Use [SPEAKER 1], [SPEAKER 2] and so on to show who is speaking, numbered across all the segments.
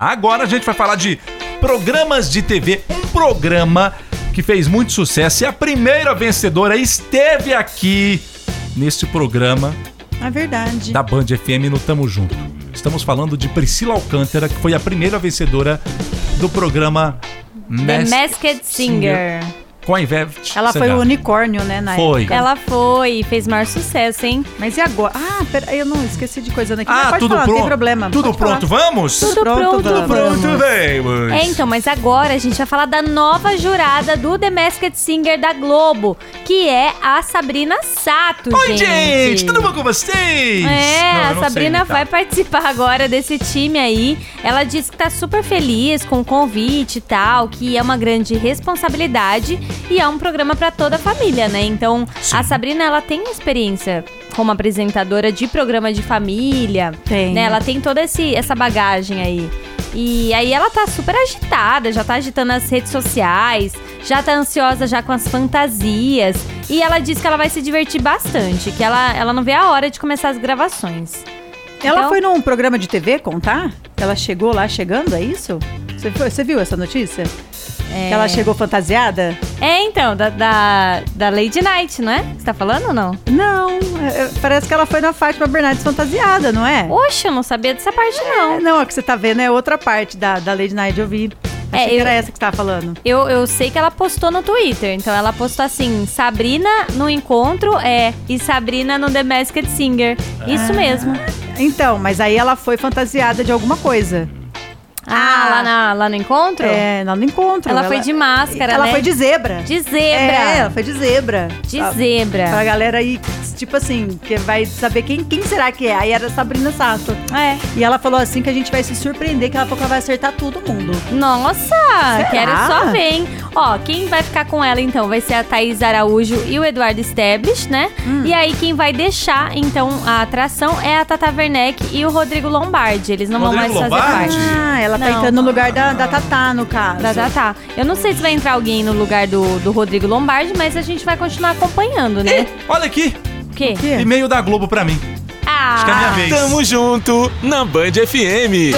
[SPEAKER 1] Agora a gente vai falar de programas de TV. Um programa que fez muito sucesso e a primeira vencedora esteve aqui neste programa
[SPEAKER 2] É verdade.
[SPEAKER 1] da Band FM no Tamo Junto. Estamos falando de Priscila Alcântara, que foi a primeira vencedora do programa
[SPEAKER 3] The
[SPEAKER 1] Mas-
[SPEAKER 3] Masked Singer.
[SPEAKER 1] com a Ivete.
[SPEAKER 2] Ela foi o
[SPEAKER 1] Sangalo.
[SPEAKER 2] unicórnio, né, na
[SPEAKER 1] Foi.
[SPEAKER 2] época.
[SPEAKER 3] Ela foi, fez maior sucesso, hein?
[SPEAKER 2] Mas e agora? Ah, pera, eu não esqueci de coisa daqui. Mas
[SPEAKER 1] Ah,
[SPEAKER 2] pode
[SPEAKER 1] tudo
[SPEAKER 2] falar,
[SPEAKER 1] pronto.
[SPEAKER 2] não tem problema.
[SPEAKER 1] Tudo
[SPEAKER 2] Pode
[SPEAKER 1] pronto,
[SPEAKER 2] falar.
[SPEAKER 1] vamos?
[SPEAKER 3] Tudo pronto,
[SPEAKER 2] vamos.
[SPEAKER 1] Pronto, vamos.
[SPEAKER 3] É, então, mas agora a gente vai falar da nova jurada do The Masked Singer da Globo, que é a Sabrina Sato,
[SPEAKER 1] Oi, gente, tudo bom com vocês?
[SPEAKER 3] É,
[SPEAKER 1] Não, eu
[SPEAKER 3] a
[SPEAKER 1] não sei né, tá.
[SPEAKER 3] Sabrina
[SPEAKER 1] imitar.
[SPEAKER 3] vai participar agora desse time aí. Ela disse que tá super feliz com o convite e tal, que é uma grande responsabilidade e é um programa pra toda a família, né? Então, a Sabrina, ela tem experiência como apresentadora de programa de família,
[SPEAKER 2] Tem.
[SPEAKER 3] né? Ela tem toda esse, essa bagagem aí. E aí ela tá super agitada, já tá agitando as redes sociais, já tá ansiosa já com as fantasias. E ela diz que ela vai se divertir bastante, que ela, ela não vê a hora de começar as gravações.
[SPEAKER 2] Ela
[SPEAKER 3] Então-
[SPEAKER 2] foi num programa de TV contar? Ela chegou lá chegando, é isso? Você, foi- você viu essa notícia? Que ela chegou fantasiada?
[SPEAKER 3] É, então, da, da, da Lady Night, não é? Você tá falando ou não?
[SPEAKER 2] Não, é, é, parece que ela foi na Fátima Bernardes fantasiada, não é?
[SPEAKER 3] Oxe, eu não sabia dessa parte,
[SPEAKER 2] É,
[SPEAKER 3] não.
[SPEAKER 2] Não, a que você tá vendo é outra parte da, da Lady Night, eu vi. Achei
[SPEAKER 3] É,
[SPEAKER 2] que
[SPEAKER 3] eu-
[SPEAKER 2] era essa que você tava falando.
[SPEAKER 3] Eu, eu sei que ela postou no Twitter. Então, ela postou assim, Sabrina no encontro, é, e Sabrina no The Masked Singer. Isso mesmo.
[SPEAKER 2] Então, mas aí ela foi fantasiada de alguma coisa.
[SPEAKER 3] Ah,
[SPEAKER 2] Ah.
[SPEAKER 3] lá, na- lá no encontro?
[SPEAKER 2] É, lá no encontro.
[SPEAKER 3] Ela, foi de máscara,
[SPEAKER 2] Ela
[SPEAKER 3] né?
[SPEAKER 2] foi de zebra.
[SPEAKER 3] De
[SPEAKER 2] É,
[SPEAKER 3] zebra.
[SPEAKER 2] ela foi de zebra.
[SPEAKER 3] De
[SPEAKER 2] Ah, Pra
[SPEAKER 3] zebra.
[SPEAKER 2] galera aí, tipo assim, que vai saber quem, quem será que é. Aí era Sabrina Sato.
[SPEAKER 3] É.
[SPEAKER 2] E ela falou assim que a gente vai se surpreender, que ela pouco ela vai acertar todo mundo.
[SPEAKER 3] Nossa, quero só ver, hein? Ó, quem vai ficar com ela então vai ser a Thaís Araújo e o Eduardo Stablish, né? E aí quem vai deixar então a atração é a Tata Werneck e o Rodrigo Lombardi. Eles não
[SPEAKER 1] Rodrigo
[SPEAKER 3] vão mais
[SPEAKER 1] Lombardi?
[SPEAKER 3] fazer parte.
[SPEAKER 2] Ah, ela tá
[SPEAKER 3] Não.
[SPEAKER 2] entrando no lugar da, da Tatá, no caso.
[SPEAKER 3] Da Tatá. tá. Eu não sei se vai entrar alguém no lugar do, do Rodrigo Lombardi, mas a gente vai continuar acompanhando, né?
[SPEAKER 1] Ih, Olha aqui,
[SPEAKER 3] O quê?
[SPEAKER 2] Que?
[SPEAKER 1] e-mail da Globo pra mim. Acho que é a minha
[SPEAKER 3] Ah,
[SPEAKER 1] vez.
[SPEAKER 4] Tamo junto na Band FM.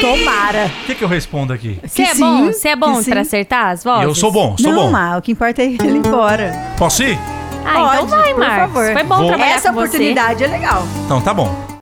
[SPEAKER 2] Tomara.
[SPEAKER 1] O que, que eu respondo aqui?
[SPEAKER 3] você
[SPEAKER 2] Que
[SPEAKER 3] é bom?
[SPEAKER 2] sim,
[SPEAKER 3] Você é bom
[SPEAKER 2] que sim.
[SPEAKER 3] pra acertar as vozes?
[SPEAKER 1] Eu sou bom, sou
[SPEAKER 2] Não,
[SPEAKER 1] bom.
[SPEAKER 2] Má, o que importa é ele ir embora.
[SPEAKER 1] Posso ir?
[SPEAKER 3] Ah, então
[SPEAKER 2] Pode,
[SPEAKER 3] vai,
[SPEAKER 2] por
[SPEAKER 3] Marcos.
[SPEAKER 2] favor.
[SPEAKER 3] Foi bom
[SPEAKER 1] Vou.
[SPEAKER 3] trabalhar
[SPEAKER 2] Essa
[SPEAKER 3] com você.
[SPEAKER 2] oportunidade é legal.
[SPEAKER 1] Então tá bom.